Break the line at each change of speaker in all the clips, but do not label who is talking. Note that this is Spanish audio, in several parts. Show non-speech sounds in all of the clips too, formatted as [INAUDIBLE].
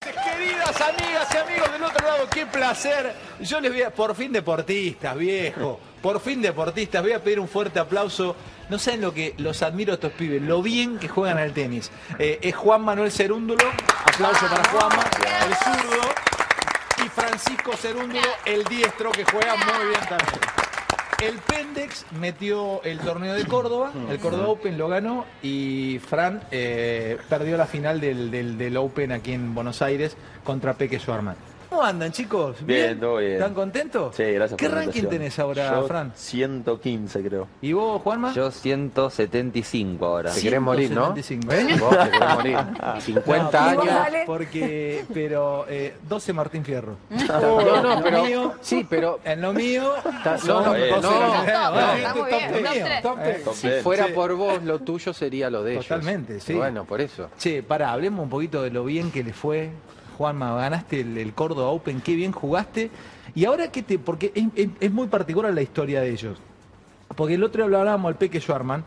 Queridas amigas y amigos del otro lado, qué placer. Yo les voy a, por fin deportistas, viejo, por fin deportistas, voy a pedir un fuerte aplauso. No saben lo que los admiro a estos pibes, lo bien que juegan al tenis. Eh, es Juan Manuel Cerúndulo, aplauso para Juanma, el zurdo, y Francisco Cerúndulo, el diestro, que juega muy bien también. El Pendex metió el torneo de Córdoba, el Córdoba Open lo ganó y Fran eh, perdió la final del, del- del Open aquí en Buenos Aires contra Peque Schwarman. ¿Cómo andan, chicos?
Bien, todo bien.
¿Están contentos?
Sí, gracias
¿Qué
por la
ranking
invitación.
tenés ahora,
Yo
Fran?
115, creo.
¿Y vos, Juanma?
Yo 175 ahora.
Sí. querés morir, ¿no?
175, ¿eh?
Vos te querés morir. 50
No,
años.
porque- Porque, pero, eh, 12 Martín Fierro.
No, no, pero.
mío.
Sí, pero.
En lo mío,
Ta- no,
somos
no,
12
no,
Martín Fierro.
no,
Bueno,
está
esto
muy
es top
bien,
mío.
top
Eh,
Si
Comprendo.
fuera
Sí.
por vos, lo tuyo sería lo de ellos.
Totalmente, sí.
Bueno, por eso.
Che, pará, hablemos un poquito de lo bien que le fue. Juanma, ganaste el, el Córdoba Open, qué bien jugaste. Y ahora que te. Porque es, es- es muy particular la historia de ellos. Porque el otro día lo hablábamos al Peque Schwarman.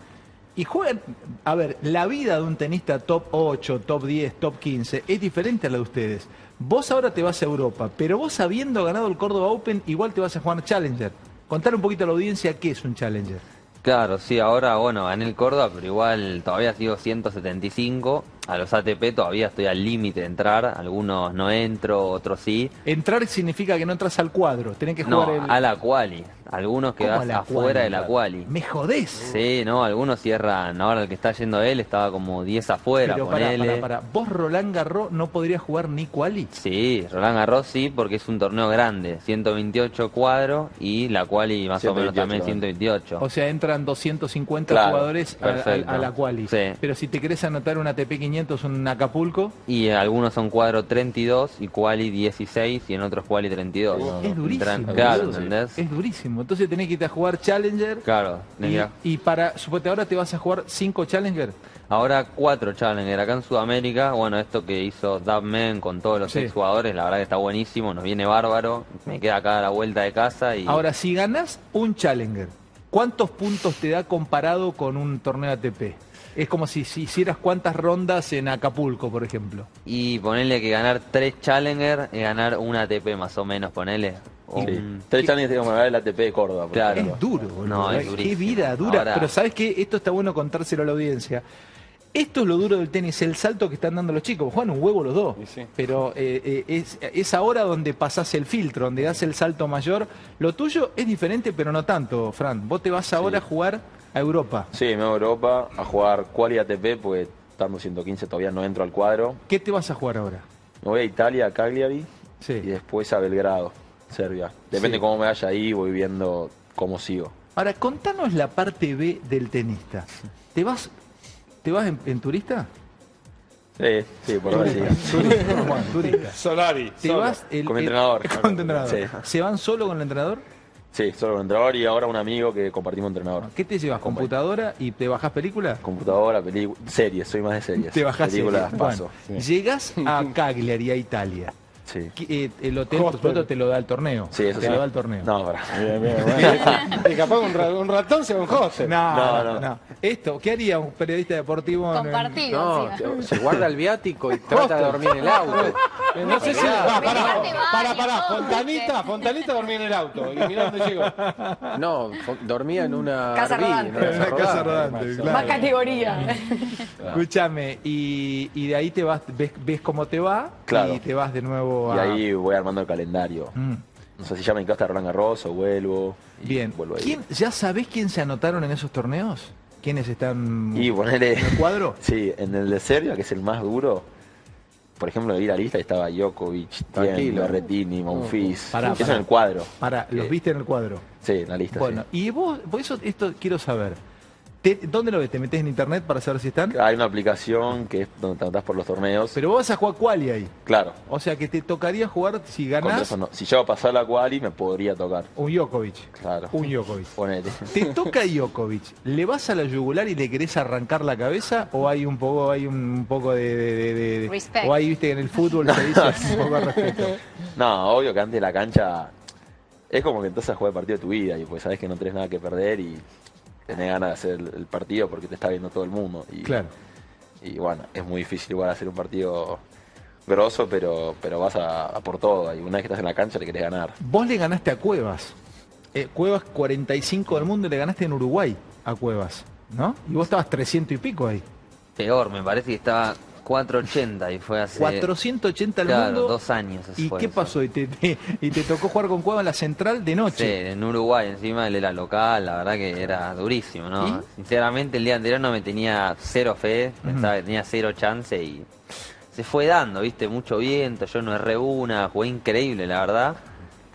Y juegan. A ver, la vida de un tenista top 8, top 10, top 15 es diferente a la de ustedes. Vos ahora te vas a Europa, pero vos habiendo ganado el Córdoba Open, igual te vas a jugar Challenger. Contar un poquito a la audiencia qué es un Challenger.
Claro, sí, ahora, bueno, gané el Córdoba, pero igual todavía sigo 175. A los ATP todavía estoy al límite de entrar. Algunos no entro, otros sí.
Entrar significa que no entras al cuadro, tenés que
No,
jugar el.
a la quali. Algunos
¿Cómo a
quedas
la
afuera de la
quali?
quali.
Me jodés.
Sí, no, algunos cierran. Ahora el que está yendo él estaba como 10 afuera,
Pero para,
ponele.
para, para. Vos, Roland Garros, no podrías jugar ni quali.
Sí, Roland Garros sí, porque es un torneo grande, 128 cuadros y la quali más o menos
128,
también
¿no?
128.
O sea, entran 250
Claro,
jugadores a, a- a la
perfecto.
quali.
Sí.
Pero si te querés anotar una TP500, un Acapulco,
Y algunos son cuadro 32 y quali 16 y en otros quali 32.
Oh, es durísimo.
Entran- claro,
boludo.
¿entendés?
Es durísimo. Entonces tenés que irte a jugar Challenger.
Claro.
Y,
mira.
y para, suponete, ahora te vas a jugar 5 Challenger.
Ahora cuatro Challenger acá en Sudamérica. Bueno, esto que hizo Dabmen con todos los
Sí.
ex jugadores, la verdad que está buenísimo, nos viene bárbaro. Me queda acá a la vuelta de casa y
Ahora, si ganás un Challenger, ¿cuántos puntos te da comparado con un torneo ATP? Es como si, si hicieras cuántas rondas en Acapulco, por ejemplo.
y ponerle que ganar tres Challenger es ganar un ATP más o menos, ponele. O
Sí.
Mm.
un-
Tres challenges tengo que ganar el ATP de Córdoba. por
Claro.
ejemplo.
Es duro, boludo.
No, es
Qué
durísimo.
vida dura.
Ahora-
Pero ¿sabes qué? Esto está bueno contárselo a la audiencia. Esto es lo duro del tenis, el salto que están dando los chicos. Juegan un huevo los dos.
Y sí.
Pero eh, eh, es, es ahora donde pasás el filtro, donde das el salto mayor. Lo tuyo es diferente, pero no tanto, Fran. Vos te vas ahora a jugar a Europa.
Sí, me voy a Europa a jugar quali ATP, porque estando 115 todavía no entro al cuadro.
¿Qué te vas a jugar ahora?
Me voy a Italia, a Cagliari,
Sí.
y después a Belgrado, Serbia. Depende
Sí.
cómo me vaya ahí, voy viendo cómo sigo.
Ahora, contanos la parte B del tenista. ¿Te vas, te vas en, en turista?
Sí, sí, por
[LAUGHS]
ahora sí.
Turista, Juan, turista.
Solari.
¿Te
solo.
vas el-
Con mi
el-
entrenador.
[LAUGHS] con tu entrenador.
Sí.
¿Se van solo con el entrenador?
Sí, solo un entrenador y ahora un amigo que compartimos entrenador.
¿Qué te llevas? ¿Computadora y te bajás película?
Computadora, película, series, soy más de series.
Te bajás
Películas,
series.
paso.
Bueno,
[LAUGHS]
Llegás a Cagliari, a Italia.
Sí.
¿Qué- eh, el hotel por supuesto, te lo da el torneo.
Sí, eso
te
sí.
lo da el torneo.
No, para.
Bien, bien, bueno. Y capaz un, ra- un ratón se va un José.
No,
No,
no,
no.
no. Esto, ¿qué haría un periodista deportivo? en-
Compartido.
No,
encima.
se guarda el viático y trata de dormir en el auto.
en-
No sé si.
Claro.
Va,
Mirá, te
pará,
baño,
pará, pará.
todo,
Fontanita, Fontanita dormía en el auto. Y mirá dónde llegó.
No, fo- dormía en una.
Casa
Airbnb,
rodante.
[LAUGHS]
en una
En una casa
rodante.
rodante,
Más
claro.
categoría.
Escúchame, y, y de ahí te vas, ves, ves cómo te va
Claro.
y te vas de nuevo
Y
a.
ahí voy armando el calendario.
Mm,
No sé si ya me encanta Roland Garros o vuelvo. y
bien.
Vuelvo ahí.
¿Quién- ¿Ya sabés quién se anotaron en esos torneos? ¿Quiénes están
Y ponele. [LAUGHS]
en el cuadro?
Sí, en el de Serbia, que es el más duro. Por ejemplo, vi la lista y estaba Djokovic,
Tranquilo.
Tranquilo, Berrettini, Monfils.
Pará,
Eso
pará.
en el cuadro. [LAUGHS]
Para, los
Eh,
viste en el cuadro.
Sí, en la lista.
Bueno,
sí.
y vos, por eso esto quiero saber. Te- ¿Dónde lo ves? ¿Te metes en internet para saber si están?
Hay una aplicación que es donde te anotás por los torneos.
Pero vos vas a jugar quali ahí.
Claro.
O sea que te tocaría jugar si
Contra
ganás
eso no. Si llego a pasar la quali, me podría tocar.
un Djokovic.
Claro.
Un Djokovic.
Ponele.
Te toca Djokovic, ¿le vas a la yugular y le querés arrancar la cabeza? ¿O hay un poco, hay un poco de, de- de- de- de-
Respect.
O hay, viste, que en el fútbol se dice un poco de respeto.
No, obvio que antes de la cancha es como que entonces juegas el partido de tu vida y pues sabes que no tenés nada que perder y tenés ganas de hacer el, el partido porque te está viendo todo el mundo. Y,
Claro.
y bueno, es muy difícil igual hacer un partido grosso, pero, pero vas a, a por todo. Y una vez que estás en la cancha le querés ganar.
Vos le ganaste a Cuevas. Eh, Cuevas 45 del mundo y le ganaste en Uruguay a Cuevas, ¿no? Y vos estabas 300 y pico ahí.
Peor, me parece que estaba 480 y fue hace
480 al
claro,
mundo.
dos años. eso
¿Y
fue
qué
eso.
pasó? Y te, te- y te tocó jugar con Cuevas en la central de
Sí,
noche.
en Uruguay encima él era local, la verdad que era durísimo, ¿no? Sinceramente el día anterior no me tenía cero fe, pensaba que tenía cero chance y se fue dando, viste, mucho viento, yo no erré una, jugué increíble, la verdad.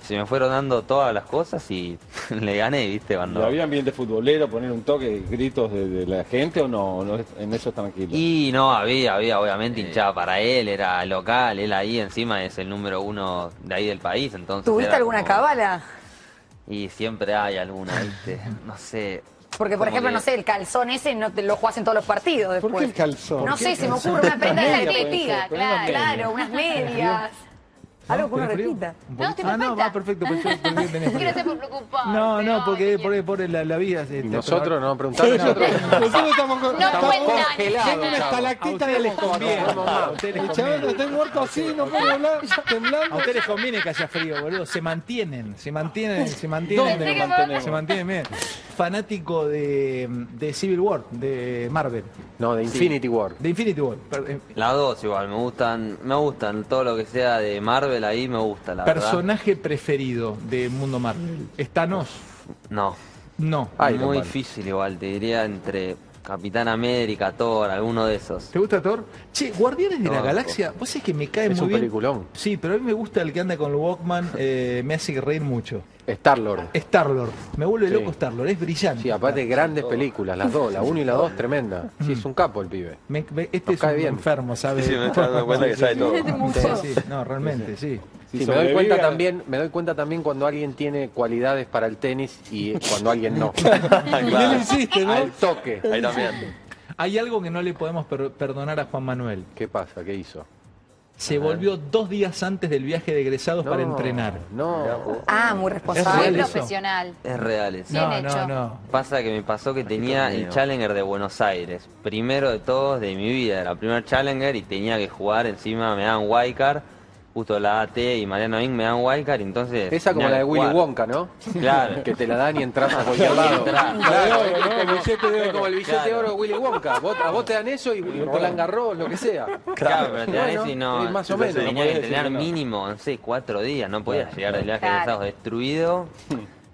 Se me fueron dando todas las cosas y [LAUGHS] le gané, viste, cuando...
¿Había ambiente futbolero, poner un toque, gritos de, de la gente o no? ¿O no es- en eso es tranquilo. [LAUGHS]
Y no, había, había obviamente
Eh.
hinchada para él, era local, él ahí encima es el número uno de ahí del país, entonces...
¿Tuviste
era
alguna
como-
cábala?
Y siempre hay alguna, viste, [LAUGHS] no sé.
Porque, por
como
ejemplo,
que-
no sé, el calzón ese no te lo jugás en todos los partidos
¿Por qué el
después.
calzón?
No
¿Por qué
sé,
el
se me
calzón?
ocurre una prenda de
Medias pueden
atletica,
ser, poner unas
claro, claro, unas medias. Algo que uno
¿Tenés ¿Ah? frío?
repita.
¿Un
No,
poquito?
estoy
Ah, no,
perfecta.
va perfecto. pensé- pensé que tenés
Quiero
frío.
hacer por preocupar.
No, no, porque, porque, porque la, la vida... este,
Nosotros no, preguntame
medias.
nosotros.
Nosotros estamos con-
No
estamos-
cuentan.
Tengo una
Chavo.
A
estalactita
ustedes
de
les conviene. A ustedes les
El chaval lo
conviene.
está muerto así, no
[LAUGHS]
puede hablar,
A
temblando.
ustedes les conviene que haya frío, boludo. Se mantienen, se mantienen, se mantienen.
¿Dónde
Se
nos mantenemos?
mantienen bien. Fanático de, de Civil War, de Marvel,
No, de Infinity War.
de Infinity War. per- eh,
Las dos igual, me gustan, me gustan, todo lo que sea de Marvel ahí me gusta, la verdad.
Personaje preferido del mundo Marvel. ¿Es Thanos?
No,
No.
Iron
muy
Man.
difícil igual, te diría entre Capitán América, Thor, alguno de esos.
¿Te gusta Thor? Che, Guardianes de la
No,
Galaxia, vos sabés que me cae
Es
muy
un
bien.
peliculón.
Sí, pero a mí me gusta el que anda con el Walkman, eh, me hace reír mucho.
Star-Lord.
Star-Lord, me vuelve
Sí.
loco Star-Lord, es brillante.
Sí, aparte grandes películas, las dos, la 1 y la 2, tremenda. Sí, es un capo el pibe.
Me- me- este
Nos
es un
cae bien.
enfermo, ¿sabes?
Sí, sí, me estoy dando cuenta que sabe todo.
Sí, sí, no, realmente, sí.
Si
Sí, me doy cuenta
sobrevive a-
también, me doy cuenta también cuando alguien tiene cualidades para el tenis
[LAUGHS]
y cuando alguien no.
Él
[LAUGHS] claro.
insiste, ¿no?
Al toque.
Ahí también.
Hay algo que no le podemos per- perdonar a Juan Manuel.
¿Qué pasa? ¿Qué hizo?
Se volvió dos días antes del viaje de egresados para entrenar.
No.
Ah,
Es
muy
Soy
real
responsable.
eso.
profesional.
Es real eso.
Bien
no, no,
hecho.
no.
Pasa que me pasó que tenía el Challenger de Buenos Aires, primero de todos de mi vida, era el primer Challenger y tenía que jugar, encima me daban wildcard, justo la AT y Mariano Ing me dan wildcard, entonces...
Esa como
tenía
la de
que
Willy
jugar.
Wonka, ¿no?
Claro.
Que te la dan y
[LAUGHS]
entras a cualquier lado.
Claro.
Claro,
Claro,
es
¿no?
como-
Billete de
es
oro.
como el billete de
Claro.
oro de Willy Wonka. Vos- a vos te dan eso y Roland Garros, lo que sea.
Claro, pero te dan
Bueno,
eso y no.
y más o
no
menos, no
Tenía
podés
que
decir
entrenar
que no.
mínimo, no sé, cuatro días. No podías llegar del viaje de
Claro.
[LAUGHS]
egresados destruido,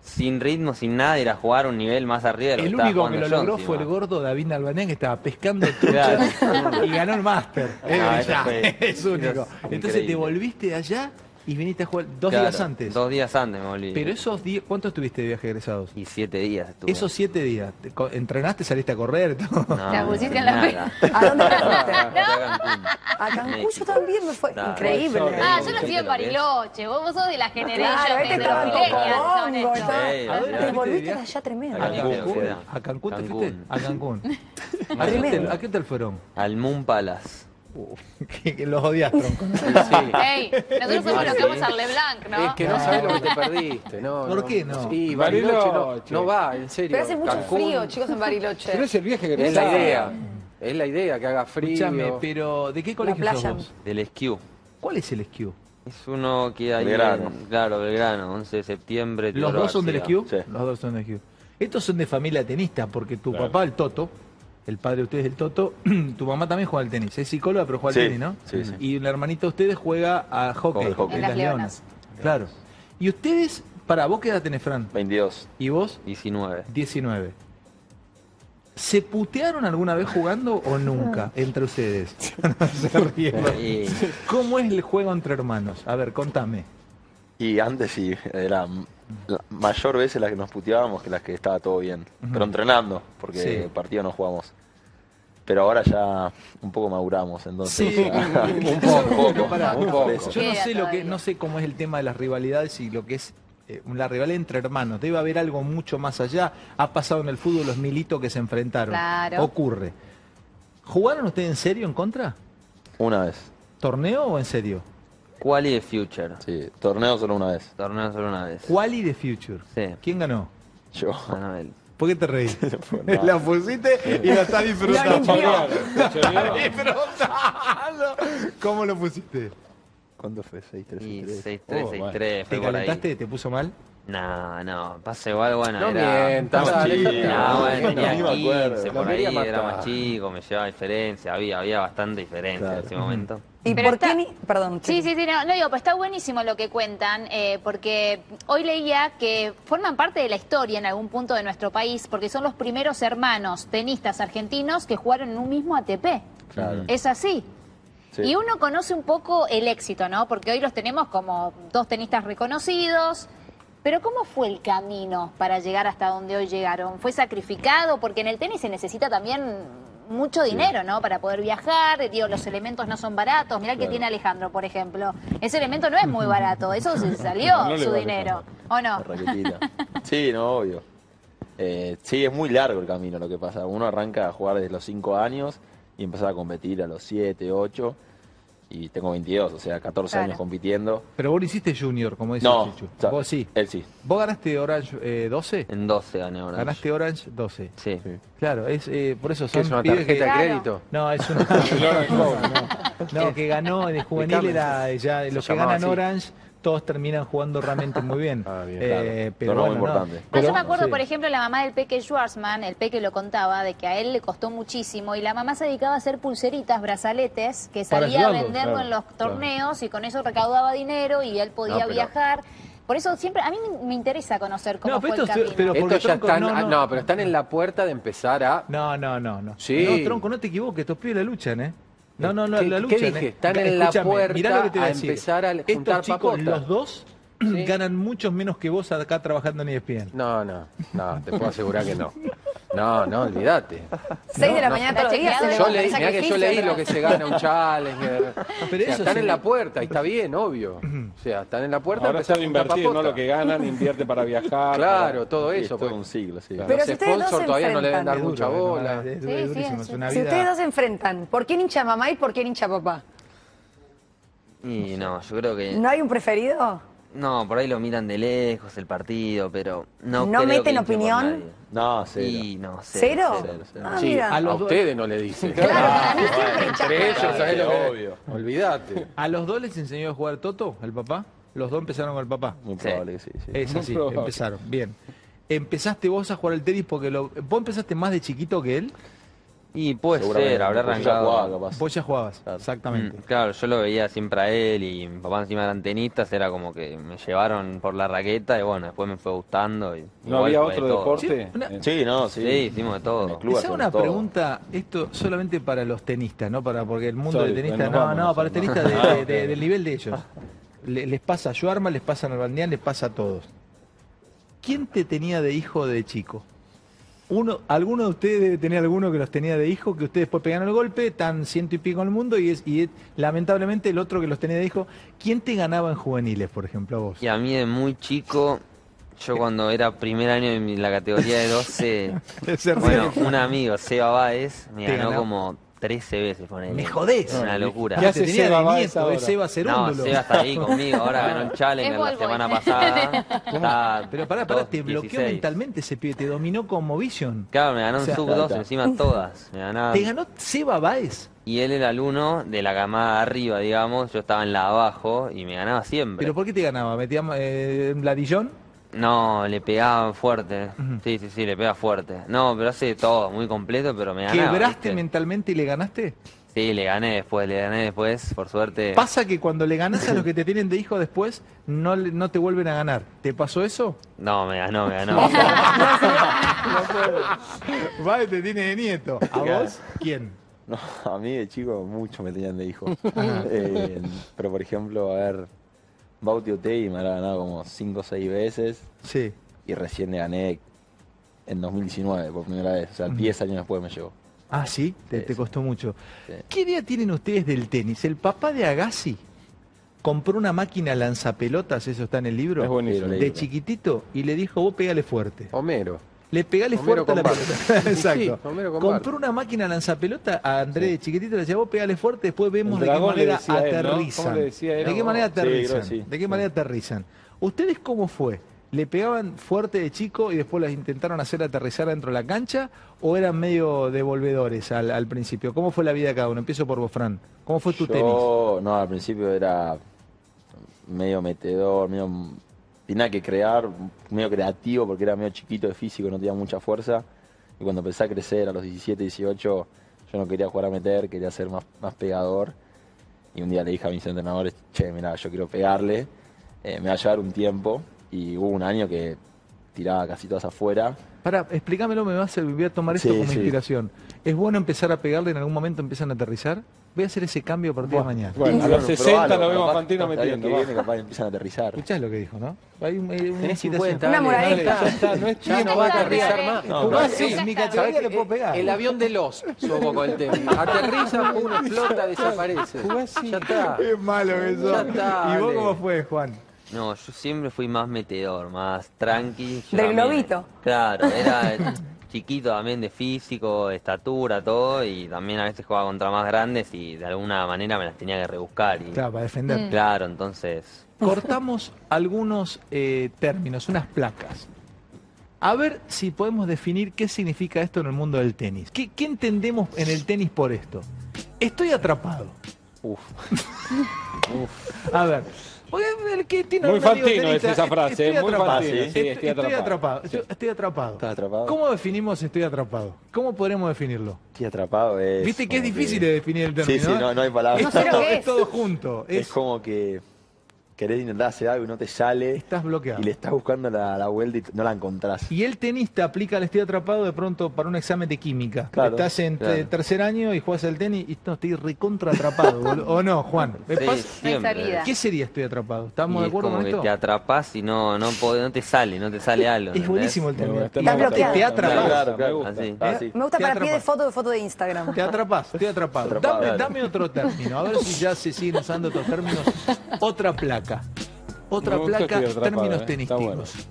sin ritmo, sin nada, ir a jugar un nivel más arriba de lo que
El
estaba
único que
jugando
lo
yo
logró
encima.
fue el gordo David Nalbanén que estaba pescando truchas
Claro.
y ganó el máster.
[LAUGHS]
Es
Ah, eso
brillante,
fue-
[LAUGHS] es único.
Dios,
Entonces te
increíble.
volviste de allá y viniste a jugar dos
Claro,
días antes.
Dos días antes me volví.
Pero esos días, ¿cuánto estuviste de viaje de egresados?
Y siete días estuve.
Esos siete días, ¿te co- ¿entrenaste, saliste a correr? todo? [LAUGHS]
No,
La pusiste en la
nada.
¿A dónde te fuiste?
Acá Cancún.
A Cancún yo
México.
Ah, también me fue.
Claro.
Increíble.
Eso,
Ah,
Sí,
yo lo
sí,
fui en
lo que es.
Bariloche. Vos vos sos de la
Claro,
generación
este
de los
estaba en
millennials, son
Congo.
estos.
estaba-
Sí,
¿A dónde
claro.
Te volviste
Claro.
de allá
¿A
tremendo.
Acá.
Cancún?
Cancún.
¿A Cancún te
Cancún.
fuiste? ¿A
[LAUGHS]
Cancún? ¿A qué
Tremendo.
hotel- ¿A qué hotel fueron?
Al Moon Palace.
[LAUGHS] que, que los odias, tronco.
Sí.
Eh,
Ey, nosotros somos los que vamos al Leblanc, ¿no?
Es que no sabés lo que
[LAUGHS]
te perdiste, ¿no?
¿Por qué no?
Sí, Bariloche no,
Bariloche.
no va, en serio.
Pero hace mucho
Cancún
frío, chicos, en Bariloche.
Pero es el viaje que
Es la idea. Es la idea, que haga frío.
Escúchame, pero ¿de qué colegio sos
playa.
vos?
Del SKU.
¿Cuál es el SQ?
Es uno que hay. en-
Belgrano.
claro, Belgrano, 11 de septiembre.
¿Los
Teodoro
dos son del
García.
SQ?
Sí.
Los dos son del SQ. Estos son de familia tenista, porque tu papá, el Toto, el padre de ustedes, el Toto, [CLEARS THROAT] tu mamá también juega al tenis. Es psicóloga, pero juega
Sí,
al tenis, ¿no?
sí, sí.
Y la hermanita de ustedes juega a hockey,
Al hockey.
en
En las
las
Leonas.
Leonas. Claro. Y ustedes, para vos qué edad tenés, Fran?
22.
¿Y vos?
19.
19. ¿Se putearon alguna vez jugando o
[LAUGHS]
nunca entre ustedes? [LAUGHS] Se ríe.
Y-
[LAUGHS] ¿Cómo es el juego entre hermanos? A ver, contame.
Y antes sí, era m- la mayor veces las que nos puteábamos que las que estaba todo bien. Pero entrenando, porque
Sí.
el partido no jugamos. Pero ahora ya un poco maduramos, entonces.
Sí.
[LAUGHS] ya- un
Pero pará,
un poco.
Eso.
Yo no
Queda
sé lo que,
todavía.
no sé cómo es el tema de las rivalidades y lo que es eh, la rivalidad entre hermanos. Debe haber algo mucho más allá. Ha pasado en el fútbol los militos que se enfrentaron.
Claro.
Ocurre. ¿Jugaron ustedes en serio en contra?
Una vez.
¿Torneo o en serio?
Quali de Future.
Sí, torneo solo una vez.
Torneo solo una vez.
Quali de Future.
Sí.
¿Quién ganó?
Yo.
Manuel.
¿Por qué te
[LAUGHS]
reís?
Pues
[LAUGHS] la pusiste y la estás disfrutando.
Choreó, choreó.
disfrutando. ¿Cómo lo pusiste?
¿Cuánto fue? 6, 3,
Y
6,
6-3,
3.
Oh, bueno.
6-3, fue
¿Te
por
calentaste?
ahí.
¿Te puso mal?
No, no, pasa igual, bueno,
No
era...
mientas,
Estaba
dale,
chico.
déjate.
No,
No,
bueno, tenía
ni me acuerdo.
15 por
Lo
ahí,
quería
era
matar.
más chico, me llevaba diferencia, había, había bastante diferencia en ese momento.
¿Y
Pero
por qué
está-
ni.? Perdón,
Sí,
Chechu.
sí, sí, no, no digo, pero está buenísimo lo que cuentan, eh, porque hoy leía que forman parte de la historia en algún punto de nuestro país, porque son los primeros hermanos tenistas argentinos que jugaron en un mismo ATP.
Claro.
Es así.
Sí.
Y uno conoce un poco el éxito, ¿no? Porque hoy los tenemos como dos tenistas reconocidos. Pero ¿cómo fue el camino para llegar hasta donde hoy llegaron? ¿Fue sacrificado? Porque en el tenis se necesita también mucho dinero, ¿no? Para poder viajar, digo, los elementos no son baratos. Mirá el que tiene Alejandro, por ejemplo. Ese elemento no
[LAUGHS]
es muy barato, eso se salió
No le
su
va a
dinero, ¿o no?
La raquetita. Sí, no, obvio. Eh, sí, es muy largo el camino lo que pasa. Uno arranca a jugar desde los 5 años y empezar a competir a los 7, 8. Y tengo 22, o sea, 14
Claro.
años compitiendo.
Pero vos lo hiciste junior, como dice
No,
Chichu.
o sea,
Vos sí.
Eh.
Él sí.
¿Vos ganaste Orange eh, 12?
En 12 gané ahora.
Ganaste Orange 12.
Sí.
Claro, es eh, por eso
¿Qué
son
es una
pibes que-
tarjeta de
Claro.
crédito?
No, es
[LAUGHS]
una... no, que ganó de juvenil era eh, ya los que
llamaba
ganan
así.
Orange, todos terminan jugando realmente muy bien.
[LAUGHS] Ah, bien.
Eh, pero
Torneo muy
bueno, no.
importante.
No, Ah, yo
Pero-
me acuerdo,
sí.
por ejemplo, la mamá del Peque Schwarzman, el Peque lo contaba, de que a él le costó muchísimo y la mamá se dedicaba a hacer pulseritas, brazaletes, que
Para
salía a
ayudarlo,
venderlo
claro,
en los
claro.
torneos y con eso recaudaba dinero y él podía
No, pero-
viajar. Por eso siempre, a mí me, me interesa conocer cómo
No,
fue
pero
el
esto-
camino.
pero- porque
Estos ya
tronco,
están.
no,
ah,
no.
No, pero están en la puerta de empezar a.
No, no, no, no.
Sí.
No, tronco, no te equivoques, estos pibes la luchan, ¿eh? No, no, no,
¿Qué-
la
qué
luchan.
dije?
¿eh?
Están en la
Escúchame,
puerta
mirá lo que te voy
a
decir.
empezar a juntar
Estos chicos,
papota.
los dos,
Sí.
ganan muchos menos que vos acá trabajando en E ESPN.
No, no, no, te puedo asegurar que no. No, no, olvídate.
Seis de la
No,
mañana
no.
todos los días.
Está
se
Yo
Pero
leí,
levanta,
mirá que yo
sacrificio,
leí lo
¿verdad?
que se gana un challenger.
Pero
O sea,
eso
están
sí.
en la puerta, y está bien, obvio. O sea, están en la puerta.
Ahora
empezar
sabe
a juntar
invertir, ¿no?
papota.
Lo que ganan, invierte para viajar.
Claro, todo
Sí,
eso.
es todo
pues.
un siglo, sí.
Claro,
Pero
los
si ustedes dos
sponsors
se
todavía no le deben
enfrentan.
dar
Es
mucha
duro, ¿eh?
bola.
¿no? Es
Sí,
duro, es
sí,
durísimo,
sí.
es una
Si
vida-
ustedes dos se enfrentan, ¿por quién hincha mamá y por quién hincha papá?
Y no, yo creo que...
¿No hay un preferido?
No, por ahí lo miran de lejos el partido, pero
¿No
no creo que
meten
hinche por
opinión?
nadie.
No, cero.
Y [LAUGHS] no,
¿Cero?
cero, cero.
Ah,
Sí,
mira.
a,
los dos-
ustedes no le dicen.
Claro, para mí
Ah,
siempre
entre ellos,
hinchaje.
¿sabés lo que?
Obvio.
Olvídate.
¿A los dos les enseñó a jugar Toto, al papá? Los dos empezaron con el papá.
Muy
Sí.
probable que sí. sí.
Es
Muy
así,
probable.
empezaron. Bien. ¿Empezaste vos a jugar al tenis porque lo, vos empezaste más de chiquito que él?
Y puede
Seguramente,
ser, habrá
porque yo ya jugaba,
arrancado...
capaz.
Vos ya jugabas,
Claro.
exactamente.
Mm, claro, yo lo veía siempre a él y mi papá encima eran tenistas, era como que me llevaron por la raqueta y bueno, después me fue gustando. Y
¿No
igual
había
fue
otro
todo.
deporte?
Sí, una-
Eh,
Sí, no, sí.
Sí, hicimos de todo.
En el
Les
club
hago
hacemos
una
todo.
pregunta, esto solamente para los tenistas, ¿no? Para, porque el mundo
Sorry,
de tenistas,
nos
no,
vamos,
no,
nos
para los
vamos.
tenistas de-
Ah,
de- de-
ok.
del nivel de ellos. Le- les pasa a Joarma, les pasa a Norbandián, les pasa a todos. ¿Quién te tenía de hijo de chico? Uno, alguno de ustedes debe tener alguno que los tenía de hijo, que ustedes después pegaron el golpe, están ciento y pico en el mundo, y es, y es- lamentablemente el otro que los tenía de hijo. ¿Quién te ganaba en juveniles, por ejemplo, a vos?
Y a mí de muy chico, yo cuando era primer año en la categoría de 12,
[LAUGHS] Ese
bueno,
rey.
un amigo, Seba Báez, me
Te
ganó
ganó.
como 13 veces, ponele.
Me jodés.
eh, Una locura.
Ya
¿Qué
se
hace
tenía
Seba
de
Báez
nieto,
ahora?
eh, Seba Cerúndulo.
No, Seba está ahí conmigo, ahora ganó el
Es
Challenger la
ball boy.
semana pasada. Está
Pero pará, pará, te
2-16.
bloqueó mentalmente ese pibe, te dominó como Vision.
Claro, me ganó un
O sea,
sub
ahí
2
está.
encima todas. Me ganaba.
Te ganó Seba Baez.
Y él era el uno de la camada de arriba, digamos. Yo estaba en la de abajo y me ganaba siempre.
¿Pero por qué te ganaba? ¿Metíamos eh, un ladillón?
No, le pegaban fuerte. Sí, sí, sí, le pega fuerte. No, pero hace todo, muy completo, pero me ganaba.
¿Quebraste
¿viste?
mentalmente y le ganaste?
Sí, le gané después, le gané después, por suerte.
Pasa que cuando le ganas
[LAUGHS]
a los que te tienen de hijo después, no, le- no te vuelven a ganar. ¿Te pasó eso?
No, me ganó, me
[LAUGHS]
ganó.
Vale, te tiene de nieto. ¿A vos? ¿Quién?
No, [LAUGHS] a mí de chico mucho me tenían de hijo. Eh, pero por ejemplo, a ver, Bauti Otegi me habrá ganado como 5 o 6 veces
Sí.
y recién le gané en 2019 por primera vez. O sea, 10 años después me llegó.
Ah, sí, te,
Sí,
te
sí.
costó mucho.
Sí.
¿Qué idea tienen ustedes del tenis? El papá de Agassi compró una máquina lanzapelotas, eso está en el libro,
Es buenísimo.
de chiquitito, y le dijo, vos pegale fuerte.
Homero.
Le pegale
Homero
fuerte a la
con
[LAUGHS] pelota.
Bart. Sí,
Exacto.
Homero con
Compró
Bart.
una máquina lanzapelota a Andrés de chiquitito, le decía, vos pegale fuerte, después vemos
El
de qué
dragón le
manera
decía a él, ¿no?
aterrizan.
¿Cómo le decía él?
¿De qué
No,
manera
sí, creo
aterrizan?
que sí.
¿De qué
Sí.
manera aterrizan? ¿Ustedes cómo fue? ¿Le pegaban fuerte de chico y después las intentaron hacer aterrizar dentro de la cancha? ¿O eran medio devolvedores al, al principio? ¿Cómo fue la vida de cada uno? Empiezo por vos, Fran. ¿Cómo fue tu tenis?
Yo, no, al principio era medio metedor, medio. Tenía que crear, medio creativo, porque era medio chiquito de físico, no tenía mucha fuerza. Y cuando empecé a crecer a los 17, 18, yo no quería jugar a meter, quería ser más, más pegador. Y un día le dije a mis entrenadores, che, mira, yo quiero pegarle, eh, me va a llevar un tiempo. Y hubo un año que tiraba casi todas afuera.
Para, explícamelo, me va a servir, voy a tomar esto
Sí,
como
sí.
inspiración. ¿Es bueno empezar a pegarle en algún momento empiezan a aterrizar? Voy a hacer ese cambio a partir de mañana.
Bueno, a los 60 lo vemos a Fantino
Hasta el año
metiendo.
que
va.
viene, capaz empiezan a aterrizar.
Escuchás lo que dijo, ¿no? Hay un- hay una
Tenés
incitación.
50.
Una
Dale,
Dale,
moradita.
ya está, no es
Ya
Nunca
no
tiempo.
va a
tarde,
aterrizar
¿eh?
más.
No,
¿Cómo
pero-
así?
Ya
Mi
está.
¿Sabés
categoría le
qué?
puedo pegar.
El avión de los, subo con el tenis. Aterriza, pum, explota, desaparece.
Jugás así.
Ya está.
Es malo eso.
Ya está,
¿Y vos
Ale.
cómo fue, Juan?
No, yo siempre fui más metedor, más tranqui. Yo
Del
también-
globito.
Claro,
[LAUGHS]
era chiquito también de físico, de estatura, todo, y también a veces jugaba contra más grandes y de alguna manera me las tenía que rebuscar. Y,
Claro, para defender.
Claro, entonces.
Cortamos algunos eh, términos, unas placas. A ver si podemos definir qué significa esto en el mundo del tenis. ¿Qué, qué entendemos en el tenis por esto? Estoy atrapado. [LAUGHS]
Uf.
A ver. porque El que tiene
Muy
un amigo
fantino es
tenista,
esa
"Est-
frase,
estoy
muy
atrapado".
fantino, sí,
Est-
estoy atrapado.
Estoy, estoy atrapado.
¿Estás atrapado?
¿Cómo definimos estoy atrapado? ¿Cómo podremos definirlo?
Estoy atrapado. eh, Es
Viste que es
como
difícil de definir el término.
Sí, sí, no, no hay palabras.
No sé lo
todo,
que
es
es.
todo junto.
Es
Es,
como que querés intentar hacer algo y no te sale
estás bloqueado.
y le estás buscando la, la vuelta y no la encontrás.
Y el tenista aplica el estoy atrapado de pronto para un examen de química.
Claro,
Estás en te-
claro.
tercer año y juegas al tenis y no, estoy recontra atrapado.
[LAUGHS]
boludo. o no, Juan. ¿Me
sí,
pasa?
siempre.
salida.
¿Qué sería estoy atrapado? ¿Estamos
Y
de
es
acuerdo
como
con
que
esto?
te atrapás y no, no, podés- no te sale, no te sale algo.
Es
¿entendés?
buenísimo el término.
Está
Te-
Estás bloqueado.
Te
Claro,
atrapás.
claro, claro.
Así.
Ah, sí.
Me gusta
Te
para pie de
atrapa.
foto de foto de Instagram.
Te atrapás, estoy atrapado.
Atrapado,
dame,
dale.
dame otro término, a ver si ya se siguen usando estos términos. Otra placa. Otra
Me gusta
placa,
estoy atrapado, eh,
términos
está
tenísticos.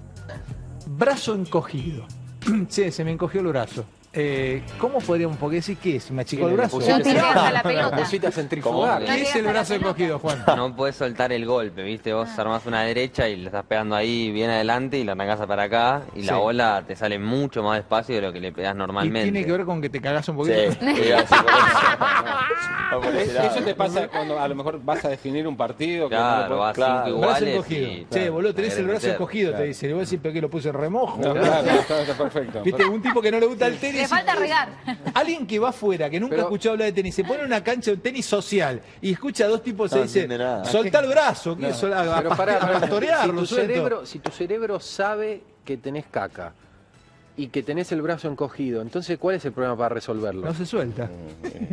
Brazo encogido. [CLEARS THROAT] che, se me encogió el brazo. Eh, ¿Cómo podríamos? Porque decir qué es, me achicó el brazo.
No te llegas a la pelota.
Pusiste a centrifugar.
¿Cómo?
¿Qué es el
No
brazo
llegas a la
encogido, Juan?
Ah,
[LAUGHS] No puedes soltar el golpe, ¿viste? Vos
Ah.
armás una derecha y la estás pegando ahí bien adelante y la arrancás para acá y la
Sí.
bola te sale mucho más despacio de lo que le pegás
Y
normalmente.
tiene que ver con que te cagás un
Sí,
poquito. [LAUGHS]
sí, así por
Ah,
eso. Va por ese lado.
[LAUGHS] Eso te pasa cuando a lo mejor vas a definir un partido. que no lo
[LAUGHS] Claro,
podés-
vas
claro.
cinco
Brazo
iguales.
encogido.
y-
che, boludo, tenés
Querés
el brazo
meter.
encogido, te dice. Y vos decís, pero que lo puse en remojo.
No,
boludo.
claro, está, está perfecto.
Viste, un tipo que no le gusta el tenis.
Le
y-
falta regar.
Alguien que va afuera, que nunca
Pero-
escuchó hablar de tenis, se pone en una cancha de tenis social y escucha a dos tipos se
No
dicen,
entiende nada.
soltá el brazo, ¿qué es? A- a-
Pero
a-
pará,
a
pará. si,
pastorearlo,
tu
suelto.
cerebro, si tu cerebro sabe que tenés caca y que tenés el brazo encogido, entonces ¿cuál es el problema para resolverlo?
No se suelta.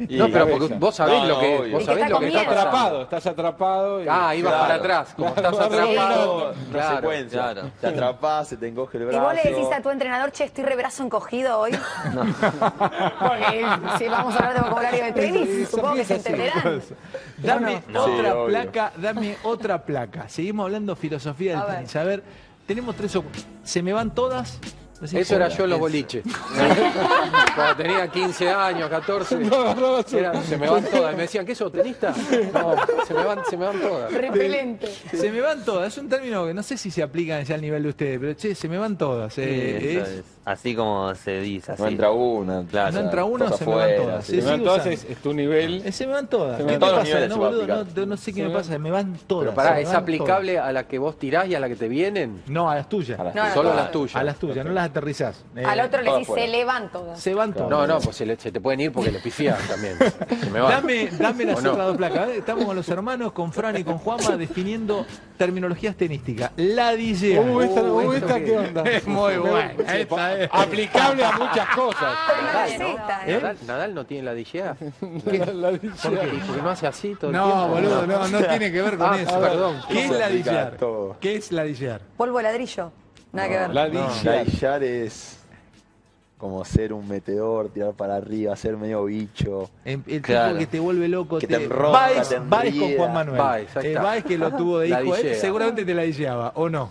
Y-
No, pero porque
cabeza.
vos sabés
No,
lo que
no,
vos
obvio.
Es que
sabés
está
lo que
con
está
miedo.
atrapado.
atrapado, estás atrapado. y-
Ah, ibas
Claro.
para atrás, como
Claro,
estás
vas
atrapado.
dominando.
Una
claro.
secuencia.
claro.
Te atrapás, se te encoge el
Y
brazo.
vos le decís a tu entrenador, che, estoy re brazo encogido hoy. [LAUGHS] Porque si vamos a hablar de vocabulario de tenis, supongo que se entenderán.
Dame
No.
otra
Sí, obvio.
placa, dame otra placa. Seguimos hablando filosofía
A
del
ver.
tenis. A ver, tenemos tres o cu- ¿Se me van todas? Decís,
Eso era
joder,
yo en los
es- [LAUGHS]
boliches. Cuando tenía 15 años, 14, era- se me van todas. Y me decían, ¿qué sos tenista? No, se me van, se me van todas.
Repelente.
Se me van todas. Es un término que no sé si se aplica ya al nivel de ustedes, pero che, se me van todas.
Sí,
eh,
eso
es-
es. Así como se dice. Así.
No entra una, claro.
No entra una,
toca
se me van
afuera,
todas.
sí.
Sí, sí.
Entonces es tu nivel.
Eh, Se me van todas.
Se me van
¿Qué te
todos los
pasa?
niveles
No,
se va a
boludo, no,
aplicar.
no sé qué
Se
me
me
pasa. se Me van todas.
Pero
se
pará,
me
¿es
van
aplicable a la que vos tirás y a la que te vienen?
todas. No, a las tuyas.
A las
No, no,
Solo
no.
a las tuyas.
A las tuyas, no las aterrizás. Eh,
Al otro le
todas
decís,
fuera.
se levanto.
Se van todos.
No, no, pues se, le- se te pueden ir porque le pifian también. Se me van.
Dame, ¿eh? dame las
¿O no?
otras dos placas. ¿eh? Estamos con los hermanos, con Fran y con
[LAUGHS]
Juanma, definiendo terminologías tenísticas. La DJ.
Uh, esta, uh, esta qué onda.
Es muy buena. Esta es.
Aplicable a muchas
Ah,
cosas.
[LAUGHS]
Nadal, ¿no?
Nadal, Nadal no tiene
[LAUGHS]
la DGA.
La dice.
¿Por qué? Porque no hace así todo el
No,
tiempo.
boludo, no,
[LAUGHS]
no tiene que ver con
Ah,
eso.
perdón.
¿Qué es
Se
la
aplica
DJear?
todo.
¿Qué es la DJear?
Polvo de ladrillo. Nada que ver.
La
La
dice.
Yar es como ser un meteor, tirar para arriba, ser medio bicho.
El el
Claro.
tipo que te vuelve loco.
Que te enrosca,
Baez-
te
Baez con
enrieda.
Juan Manuel.
Baez, ahí
Eh,
está.
Baez que lo tuvo de
La
hijo. él,
dijea.
seguramente te la DJaba, ¿o no?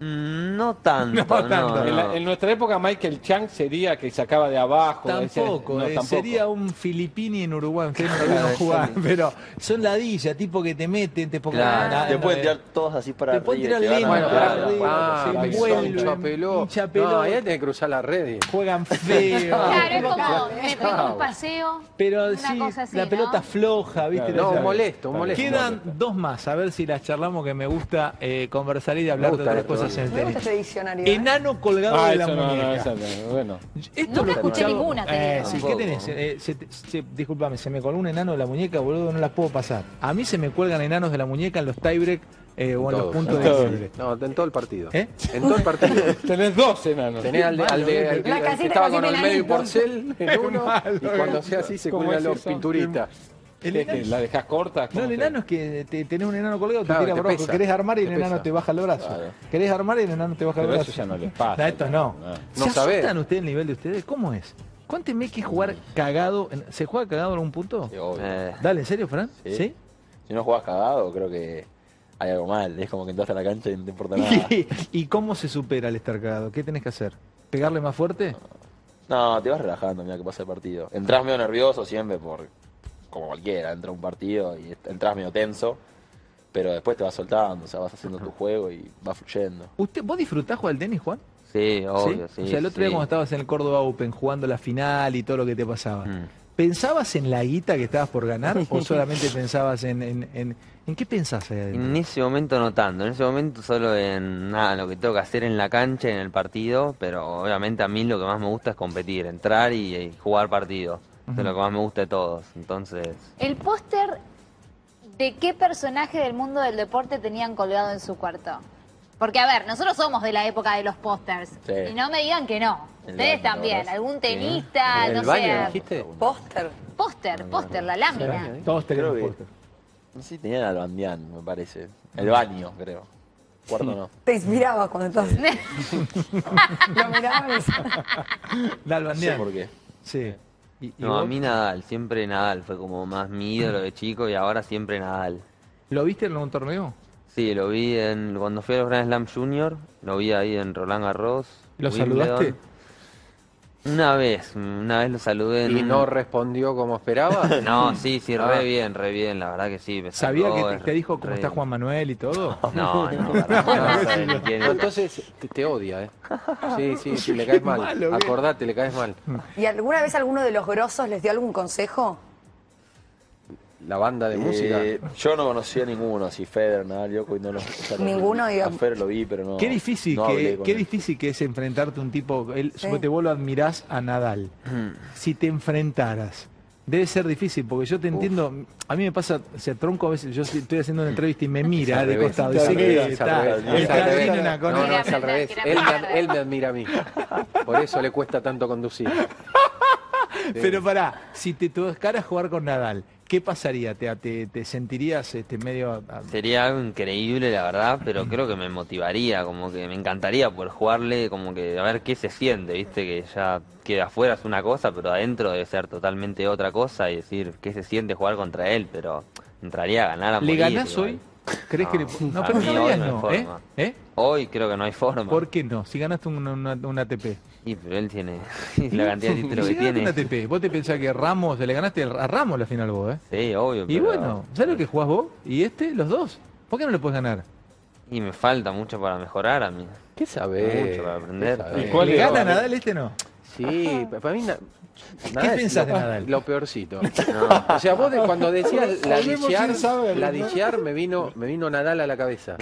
Mm, No tanto,
[LAUGHS] No
no,
tanto.
no.
En, la- en nuestra época Michael Chang sería que sacaba de abajo. de ese-
Tampoco,
no,
eh, sería un filipini en Uruguay, que no lo vieron jugar, pero son ladillas, tipo que te meten, te ponen
Claro.
nada,
Te pueden
eh,
tirar todos así para
Te
arriba.
pueden tirar
y te van a
lento
Bueno,
matar.
para
pará,
arriba,
pará,
se
pará,
vuelven,
hincha pelota.
hincha pelota.
No, ahí tiene que cruzar la red.
juegan feo.
[LAUGHS] Claro, es como, me pego un paseo.
Pero
una
sí,
cosa así,
la
¿no?
pelota floja, ¿viste?
No,
Esa-
molesto, molesto.
Quedan dos más, a ver si las charlamos, que me gusta eh, conversar y hablar de
gusta
otras
esto,
cosas en el
Me gusta ese
tenis.
diccionario. ¿eh?
Enano colgado
Ah,
de la
eso no, no,
muñeca.
esa no, bueno.
Esto
Nunca
lo
escuché
escuchaba-
ninguna, te
Eh,
digo.
sí, ¿qué
Tampoco.
tenés? Eh, se te- se- disculpame, se me colgó un enano de la muñeca, boludo, no las puedo pasar. A mí se me cuelgan enanos de la muñeca en los tiebreak eh, o en los
Todos,
puntos
todos.
de
[LAUGHS]
libre.
No, en todo el partido.
¿eh.
En todo el partido.
[LAUGHS]
Tenés dos enanos.
Tenés al de, al de- al que-
La
al que
casita
estaba
no
con
tiene
el medio y
nadie.
porcel en uno, y cuando sea así se
¿Cómo
cuelgan
es
los
eso?
pinturitas.
El
¿Qué es que
enano-
¿La dejás corta?
No,
¿Cómo
el
te-
enano es que te- tenés un enano colgado,
Claro,
te tira
te
por abajo.
pesa,
Querés armar y el
te
enano
pesa.
te baja el brazo. Querés armar y el enano te baja el
Pero
brazo.
eso ya no les pasa.
No, esto no.
No.
¿Se
No sabés.
asustan ustedes el nivel de ustedes? ¿Cómo es? Cuénteme que jugar cagado. en- ¿Se juega cagado en algún punto?
Sí, obvio.
Eh,
Dale, ¿en serio, Fran?
Sí.
¿Sí?
Si no jugás cagado, creo que hay algo mal. Es como que entraste a la cancha y no te importa
[LAUGHS]
nada.
¿Y cómo se supera el estar cagado? ¿Qué tenés que hacer? ¿Pegarle más fuerte?
No, te vas relajando, mira que pasa el partido. Entrás medio nervioso siempre por como cualquiera, entra un partido y est- entras medio tenso, pero después te vas soltando, o sea, vas
[LAUGHS]
haciendo tu juego y va fluyendo.
¿Usted, ¿Vos disfrutás jugar al tenis, Juan?
sí, obvio, sí.
O sea, el otro día
sí.
cuando estabas en el Córdoba Open jugando la final y todo lo que te pasaba,
Mm.
¿pensabas en la guita que estabas por
[LAUGHS]
ganar o solamente pensabas en... ¿En, en- ¿en qué pensás ahí adentro?
En ese momento no tanto, en ese momento solo en nada, lo que tengo que hacer en la cancha, y en el partido, pero obviamente a mí lo que más me gusta es competir, entrar y, y jugar partido. Eso es lo que más me gusta de todos. Entonces,
El póster de qué personaje del mundo del deporte tenían colgado en su cuarto. Porque, a ver, nosotros somos de la época de los pósters.
Sí.
Y no me digan que no.
El
Ustedes
baño,
también.
¿verdad?
Algún tenista,
¿En
no
el baño
sé.
dijiste?
Póster.
Póster, póster, la lámina.
Todos tenemos
Creo que-
póster.
No sé si tenían al Bandián, me parece. El baño, creo. Cuarto no.
Te inspirabas cuando estabas. Lo mirabas.
Dale,
No
[LAUGHS] Bandián.
sé por qué.
Sí. ¿Y, y
no, a
vos?
mí Nadal, siempre Nadal, fue como más
[CLEARS THROAT]
mi ídolo de chico y ahora siempre Nadal.
¿Lo viste en algún torneo?
Sí, lo vi en, cuando fui a los Grand Slam Junior, lo vi ahí en Roland Garros.
¿Lo
Wimbledon.
saludaste?
Una vez, una vez lo saludé en
Y
un-
no respondió como esperaba.
No, sí, sí,
Ah.
re bien, re bien, la verdad que sí. me
¿Sabía
saludó,
que te,
es
te dijo cómo
re
está
bien.
Juan Manuel y todo?
[LAUGHS]
[LAUGHS]
No, no, para nada, no sabe ni quién es.
Entonces te, te odia, ¿eh? Sí, sí, sí, le caes mal.
malo, ¿qué?
Acordate, le caes mal.
¿Y alguna vez alguno de los grosos les dio algún consejo?
La banda de música.
Eh, yo no conocía ninguno, así Federer, Nadal, Djokovic, no los... o sea,
Ninguno,
a
digamos.
Federer lo vi, pero no
Qué difícil,
no hablé
que,
con
qué
él.
difícil que es enfrentarte a un tipo. Él, Suponete, vos lo admirás a Nadal. Si te enfrentaras, debe ser difícil, porque yo te entiendo. A mí me pasa, o sea, tronco a veces. Yo si- estoy haciendo una entrevista y me mira de
revés,
costado. Y
es al
sé que
revés, es al
está.
revés, es
está
al revés.
bien en la
No, no,
cona.
es al revés.
Quiere
Él
aprender,
me, él me admira a mí. Por eso le cuesta tanto conducir.
Pero pará, si te tocara jugar con Nadal, ¿qué pasaría? ¿Te, te, te sentirías este, medio.? a-
Sería algo increíble, la verdad, pero creo que me motivaría, como que me encantaría poder jugarle, como que a ver qué se siente, viste, que ya que de afuera es una cosa, pero adentro debe ser totalmente otra cosa y decir qué se siente jugar contra él, pero entraría a ganar a
¿Le
morir,
ganás
igual.
hoy? ¿Crees que le.? No,
a
pero
mí
no,
hoy
veas
no hay
no, ¿eh?
forma.
¿Eh?
Hoy creo que no hay forma.
¿Por qué no? Si ganaste un, una, una ATP.
Y pero él tiene [LAUGHS] la cantidad
[LAUGHS]
de títulos
Si
que
ganaste
tiene.
un ATP, vos te pensás que Ramos, le ganaste a Ramos la final vos, ¿eh?
Sí, obvio.
Y
pero-
bueno, ¿sabes lo que jugás vos? ¿Y este? ¿Los dos? ¿Por qué no le puedes ganar?
Y me falta mucho para mejorar a mí.
¿Qué sabés?
Mucho para aprender.
¿Qué sabés?
¿Y cuál
¿Le
es?
gana Nadal este no?
Sí, pa- para mí na-
¿Qué
Nadal es
pensás de
lo,
Nadal?
lo peorcito. O sea, vos de- cuando decías la
Volvemos sin
dichear,
saber,
la
¿no?
dichear me vino, me vino Nadal a la cabeza.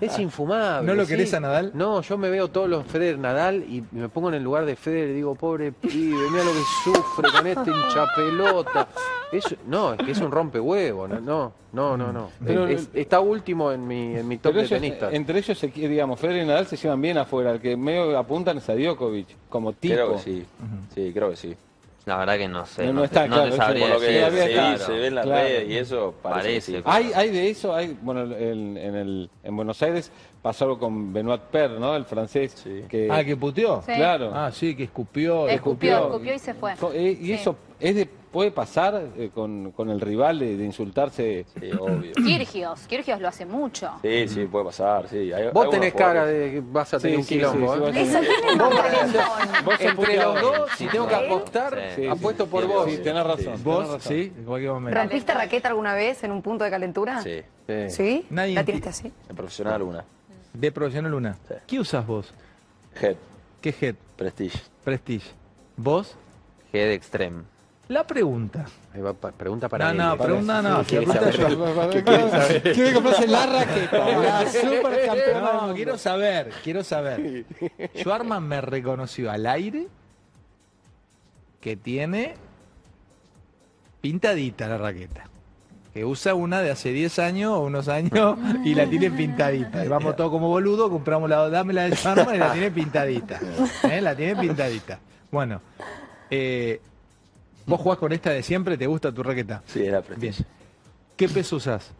Es infumable.
¿No lo
sí.
querés a Nadal?
No, yo me veo todos los Federer Nadal y me pongo en el lugar de Federer y digo, pobre pibe, mira lo que sufre con este hinchapelota. Es- no, es que es un rompehuevo, no, no, no, no. no.
Pero-
Es- está último en mi, en mi top de
Pero ellos, eh,
tenista.
entre ellos, se qui- digamos, Federer y Nadal se llevan bien afuera. El que medio apuntan es a Djokovic, como tipo.
Creo que sí. Sí, creo que sí.
La verdad que no sé.
No,
No,
no
te-
está
no
claro,
te
eso
sabría
por
Lo
Sí,
que
decir.
había
se,
claro.
se ve en las
Claro.
redes y eso parece. que
Parece.
sí.
Hay, hay de eso, hay, bueno, el- en, el, en Buenos Aires pasó algo con Benoit Per, ¿no? El francés.
Sí.
Que,
Ah, que puteó.
Sí.
Claro.
Ah, sí, que escupió.
Escupió, escupió y se fue.
Co- eh, y
Sí.
eso es de- puede pasar eh, con, con el rival de, de insultarse.
Sí, obvio.
Kirgios, Kirgios lo hace mucho.
Sí, sí, puede pasar. Sí. Hay-
Vos
algunos
tenés
jugadores-
cara de que vas a
Sí,
tener un
sí,
quilombo.
sí,
¿eh?
sí, vas a-
Eso tiene un calentón.
Vos sos
Entre los
puteado.
dos, si tengo que
¿Sí?
apostar,
Sí,
sí,
apuesto
sí,
por
sí,
vos.
Sí, tenés razón. tenés
Vos,
razón.
sí, en cualquier momento.
¿Rompiste raqueta alguna vez en un punto de calentura?
Sí,
Sí.
¿Sí?
Nadie-
¿La tiraste así?
en profesional una.
De profesional una.
Sí.
¿Qué usas vos?
Head,
¿Qué head?
prestige.
Prestige. ¿Vos?
Head extreme.
La pregunta.
Ahí va, pa- pregunta para
no,
él.
no,
me
pregunta
parece.
no.
Sí, quiere
pregunta
saber.
yo. [LAUGHS]
Quiere comprarse la raqueta, la supercampeona. del
No,
mundo.
quiero saber, quiero saber. Schwarman me reconoció al aire que tiene pintadita la raqueta. Que usa una de hace 10 años o unos años y la tiene pintadita. Y vamos todos como boludo, compramos la dame la de Schwarman y la tiene pintadita. ¿Eh? La tiene pintadita. Bueno, eh, vos jugás con esta de siempre, te gusta tu raqueta.
Sí, era
Bien.
prestige.
¿Qué peso usás?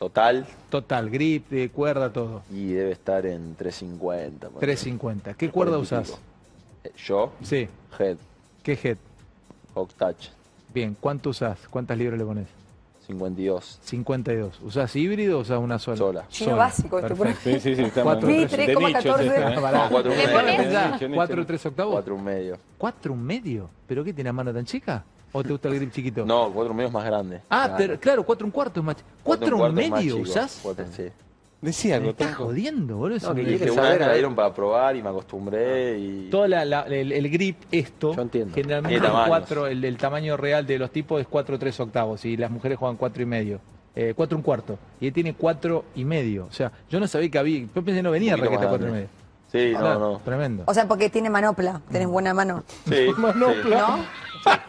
Total,
Total, grip, eh, cuerda, todo.
y debe estar en 350. por ahí.
350. ¿Qué cuerda usás?
Eh, Yo,
Sí.
head,
¿Qué head?
hawk touch,
Bien, ¿cuánto usás? ¿Cuántas libras le pones?
52.
52. ¿Usás híbrido o usás una sola?
Sola.
Chino básico, este
Perfecto.
por-
Sí, sí, sí, está
Cuatro.
mal.
Sí,
De
3,14.
nicho es esta, ¿eh?
Pará.
No, cuatro y
¿Le
medio.
pones?
Pensá,
Nicho, nicho,
¿Cuatro o
nicho.
tres octavos?
este Cuatro y medio.
¿Cuatro un medio? ¿Pero qué tiene la mano tan chica? ¿O te gusta el grip chiquito?
No, cuatro y medio es más grande.
Ah, pero claro, cuatro un cuarto es más. chi- ¿Cuatro, un
y cuarto es
medio
más chico.
usás?
Cuatro, sí.
Decía
Me
algo,
estás
Tonco.
jodiendo, boludo. es
No,
un-
que
Dije,
¿Quieres
una
saber,
vez me
a
la
ver?
dieron para probar y me acostumbré y...
Todo la- la- el, el grip, esto,
Yo entiendo.
generalmente
Tiene tamaños.
cuatro, el, el tamaño real de los tipos es 4 tres octavos y las mujeres juegan cuatro y medio. Eh, cuatro un cuarto. Y él tiene cuatro y medio. O sea, yo no sabía que había. Yo pensé que no venía
Un poquito
raqueta
más
cuatro y
grande.
medio.
Sí, no,
Claro,
no.
Tremendo.
O sea, porque tiene manopla, tenés buena mano.
[LAUGHS] Sí, sí.
¿No?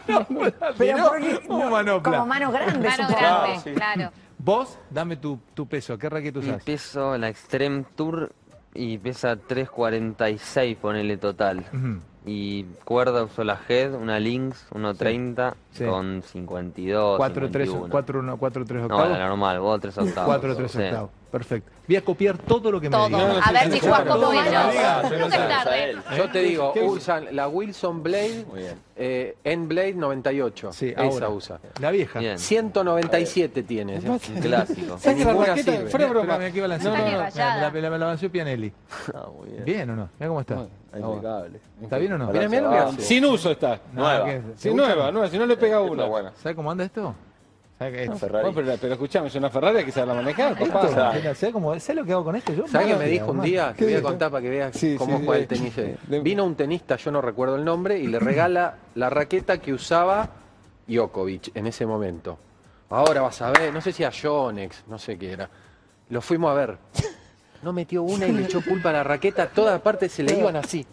Pero porque.
Un
no,
manopla.
Como manos grandes.
Mano
supongo.
grande,
sí.
claro.
Vos, dame tu, tu peso. ¿Qué raqueta
Mi
usás?
peso, la Extreme Tour, y pesa 3.46, ponele total.
Ujú.
Y cuerda uso la Head, una Lynx, 1.30,
Sí.
con
[CLEARS THROAT]
52,
Cuatro, tres,
51.
cuatro, uno, cuatro, tres
No,
octavos.
la normal, vos 3 octavos.
cuatro, tres
sí.
octavos. Perfecto. Voy a copiar todo lo que me
Todo.
digas.
A ver si jugás como
Todo,
[LAUGHS] ellos.
todo,
Nunca es
Gracias a
tarde.
él.
Yo te digo, usan la Wilson Blade,
Muy bien.
eh, End Blade 98.
Sí,
esa
ahora.
usa.
La vieja.
Bien,
197 tiene, ¿eh?
[LAUGHS]
un clásico.
Sí.
Saque la
Ninguna
raqueta,
sirve.
fuera de broma.
Espérame, aquí balanceo.
No, no, no.
Mira, me la- me la- me la balanceó Pianelli.
Ah, muy bien.
¿Bien o no? Mira cómo está.
Impecable.
¿Está bien o no?
Mirá, mirá lo
Mira,
que-
Sin uso está.
Nueva.
¿qué?
Sí,
¿Te
nueva,
gusta?
nueva, si no le pega una.
Está buena.
¿Sabe cómo anda esto? ¿Sabe que-
Ferrari.
Bueno, pero, pero escuchame, es una Ferrari que sabe la manejar, papá.
Esto-
Mira, ¿sabe cómo- ¿Sabe lo que hago con esto? Yo
¿Sabes qué me
Madre,
dijo un
madre.
día? Que voy a contar para que veas
Sí,
cómo
sí,
juega
sí.
el tenis. él.
De-
Vino un tenista, yo no recuerdo el nombre, y le regala la raqueta que usaba Djokovic en ese momento. Ahora vas a ver, no sé si a Jonex, no sé qué era. Lo fuimos a ver. No metió una y le echó culpa a la raqueta, todas partes se le iban así.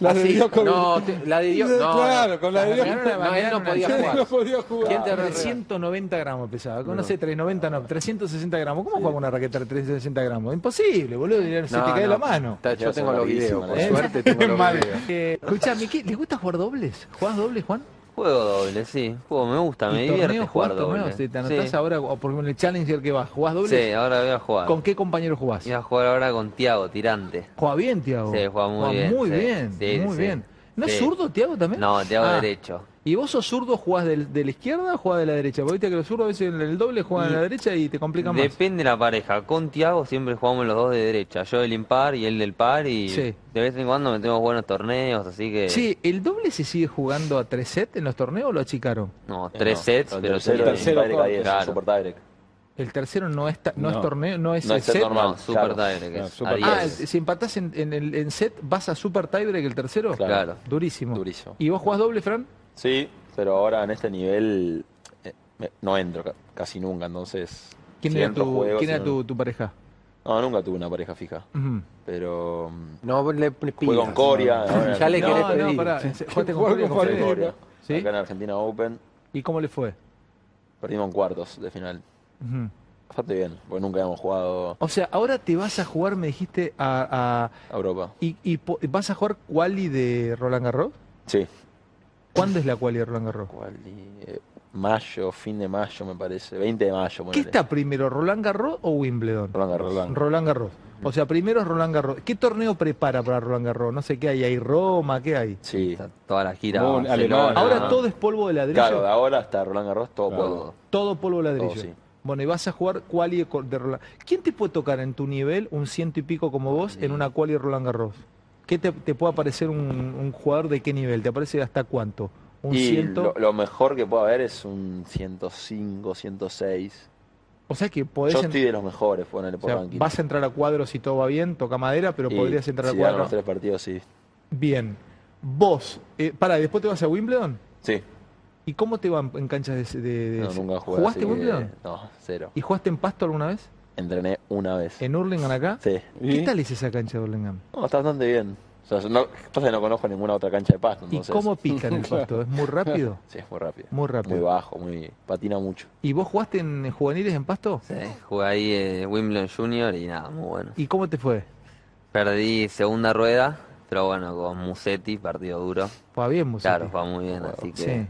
La de
Así.
Djokovic.
No, te- la de Djokovic. No,
Claro,
no.
con la de Djokovic.
No, él [LAUGHS] no podía
Nadie
jugar.
[LAUGHS] No podía jugar.
¿Quién te re-
390 gramos pesaba. No, sé, 390 no, 360 gramos. ¿Cómo juega una raqueta de 360 gramos? Imposible, boludo. Se
No,
te cae
no.
la mano.
Ta- Yo tengo los videos, por
¿Eh?
suerte tengo los
Mal.
videos.
Eh, escuchame, ¿qué, ¿le gusta jugar dobles? ¿Jugás dobles, Juan?
Juego doble, sí. Juego, me gusta, me
¿Y
divierte
torneos? ¿Jugás
jugar
torneos?
doble.
¿Te te anotás
Sí.
ahora o por ejemplo, en el Challenger que vas? ¿Jugás dobles?
Sí, ahora voy a jugar.
¿Con qué compañero jugás?
Voy a jugar ahora con Tiago, tirante.
Juega bien, Tiago.
Sí, juega muy bien,
Muy
sí.
bien,
Sí,
muy
sí.
bien. ¿No es
Sí.
zurdo, Tiago, también?
No, Tiago
Ah.
derecho.
¿Y vos sos zurdo, jugás del- de la izquierda o jugás de la derecha? Porque viste que los zurdos a veces en el doble juegan de la derecha y te complican más.
Depende de la pareja. Con Tiago siempre jugamos los dos de derecha. Yo del impar y él del par. Y
Sí.
de vez en cuando metemos buenos torneos, así que.
Sí, ¿el doble se sigue jugando a tres sets en los torneos o lo achicaron?
No, tres sets,
El
pero
tercero,
sí.
el tercero
Tercero
ahí es
corte.
insoportable.
El tercero no es, ta- no es
No.
torneo, no es
No
el
es el
set.
normal.
No, super
claro.
tiebreak, que
No,
es
super
a
Ah,
10.
el- si empatás en, en el en set, ¿vas a super tiebreak el tercero?
Claro.
Claro.
Durísimo.
Durísimo.
¿Y vos jugás doble, Fran?
Sí, pero ahora en este nivel eh, me- no entro ca- casi nunca, entonces.
¿Quién
si
era,
entro,
tu,
juego,
quién
si
era
no-
tu, tu pareja?
No, nunca tuve una pareja fija.
Ujú.
Pero. mm,
No le le
Juego
pidas.
en Coria. ahora
Ya le
en-
querés
no,
pedir.
no, pará.
Sí.
en se- jugaste con
Juego
Coria,
con
con
en
Coria.
Federer.
Coria.
¿Sí?
Acá en Argentina Open.
¿Y cómo le fue?
Perdimos en cuartos de final.
Ujú.
Bastante bien, porque nunca habíamos jugado
O sea, ahora te vas a jugar, me dijiste, a, a-
a Europa.
y, y po- vas a jugar quali de Roland Garros.
Sí.
¿Cuándo es la quali de Roland Garros?
¿Cuál? Y, eh, mayo, fin de mayo me parece. 20 de mayo.
¿Qué
ponele.
está primero, Roland Garros o Wimbledon?
Roland Garros.
Roland Garros. O sea, primero es Roland Garros. ¿Qué torneo prepara para Roland Garros? No sé qué hay ahí, Roma, ¿qué hay?
Sí.
Está toda la gira.
Muy
Barcelona.
alemana.
Ahora
no.
todo es polvo de ladrillo.
Ah. Claro, de ahora hasta Roland Garros todo
Claro.
polvo.
Todo polvo de ladrillo.
Todo, Oh, sí.
Bueno, y vas a jugar quali de cor- de Roland. ¿Quién te puede tocar en tu nivel, un ciento y pico como vos, en una quali de Roland Garros? ¿Qué te, te puede aparecer un, un jugador de qué nivel? ¿Te aparece hasta cuánto? ¿Un
Y
ciento?
lo, lo mejor que puedo haber es un 105, 106.
O sea que
Yo
podés en-
estoy de los mejores, ponele
o
por
sea,
ranking.
vas a entrar a cuadros si todo va bien, toca madera, pero
Y
podrías entrar
si
a
ganan
cuadros.
los tres partidos, sí.
Bien. Vos, eh, para, ¿después te vas a Wimbledon?
Sí.
¿Y cómo te van en canchas de... de- de-
No, nunca jugué.
¿Jugaste
así que-
Wimbledon?
No, cero.
¿Y jugaste en Pasto alguna vez?
Entrené una vez.
¿En Hurlingham acá?
Sí.
¿Qué tal es esa cancha de Hurlingham?
No, está bastante bien. O sea, yo no, pasa que no conozco ninguna otra cancha de pasto,
¿Y
entonces.
cómo pica
[LAUGHS]
en el Pasto? ¿Es muy rápido?
Sí, es muy rápido.
Muy rápido.
Muy bajo, muy patina mucho.
¿Y vos jugaste en juveniles en Pasto?
Sí, jugué ahí eh, Wimbledon Junior y nada, muy bueno.
¿Y cómo te fue?
Perdí segunda rueda, pero bueno, con Musetti, partido duro.
Fue bien, Musetti.
Claro, va muy bien, así que.
Sí.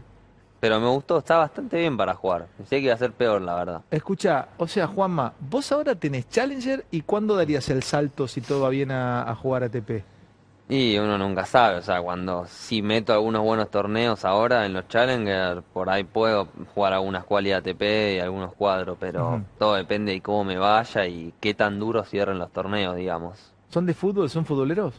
Pero me gustó, está bastante bien para jugar. Pensé que iba a ser peor, la verdad.
Escucha, o sea, Juanma, vos ahora tenés Challenger y ¿cuándo darías el salto si todo va bien a, a jugar ATP?
Y uno nunca sabe, o sea, cuando sí meto algunos buenos torneos ahora en los Challenger, por ahí puedo jugar algunas quali ATP y algunos cuadros, pero
Ujú.
todo depende de cómo me vaya y qué tan duro cierren los torneos, digamos.
¿Son de fútbol? ¿Son futboleros?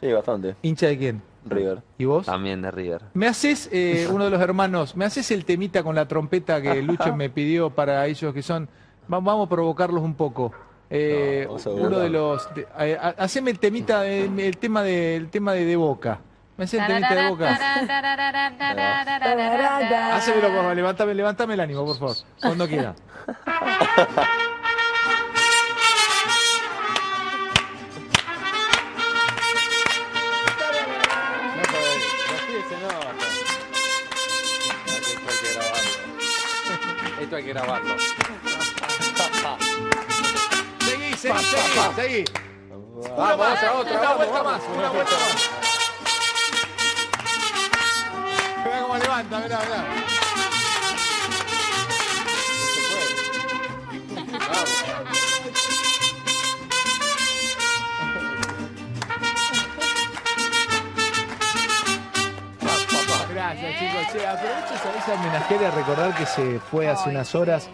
Sí, bastante.
¿Hincha de quién?
River.
¿Y vos?
También de River.
Me haces, eh, uno de los hermanos, me haces el temita con la trompeta
[LAUGHS]
que Lucho me pidió para ellos que son. Va- Vamos a provocarlos un poco. Eh,
No, vamos a
uno de los. de- eh, ha- haceme el temita, eh, el tema de, el tema de, de boca. Me haces el temita de boca. Hacemelo, por favor, levantame, levantame el ánimo, por favor. Cuando quiera.
Esto hay que grabarlo.
Seguí, seguí, seguí, seguí.
Vamos, otra, otra,
Una
vamos,
vuelta
vamos.
más, una vuelta más. Mirá cómo levanta, mirá, mirá. Gracias chicos, che, aprovecho esa, esa homenajera a recordar que se fue hace unas horas.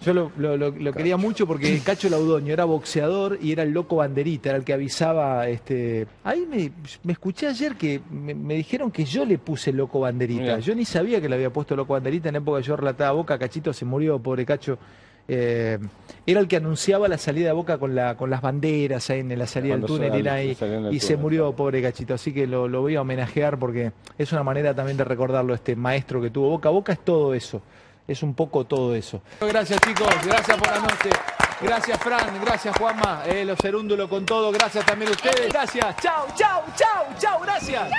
Yo lo, lo- lo- lo quería mucho [CLEARS THROAT] porque el Cacho Laudoño era boxeador y era el loco banderita, era el que avisaba. Este... Ahí me, me escuché ayer que me, me dijeron que yo le puse loco banderita.
Mirá.
Yo ni sabía que le había puesto loco banderita en la época que yo relataba Boca. Cachito se murió, pobre Cacho. Eh, era el que anunciaba la salida de Boca con, la, con las banderas ahí en la salida del
Cuando
túnel.
sal-
era ahí,
salían del
y se
túnel,
murió,
claro.
pobre Cachito. Así que lo, lo voy a homenajear porque es una manera también de recordarlo, este maestro que tuvo Boca. Boca es todo eso. Es un poco todo eso. Gracias, chicos. Gracias por la noche. Gracias, Fran. Gracias, Juanma. Eh, los Cerúndulo con todo. Gracias también a ustedes. Gracias. Chau, chau, chau, chau. Gracias.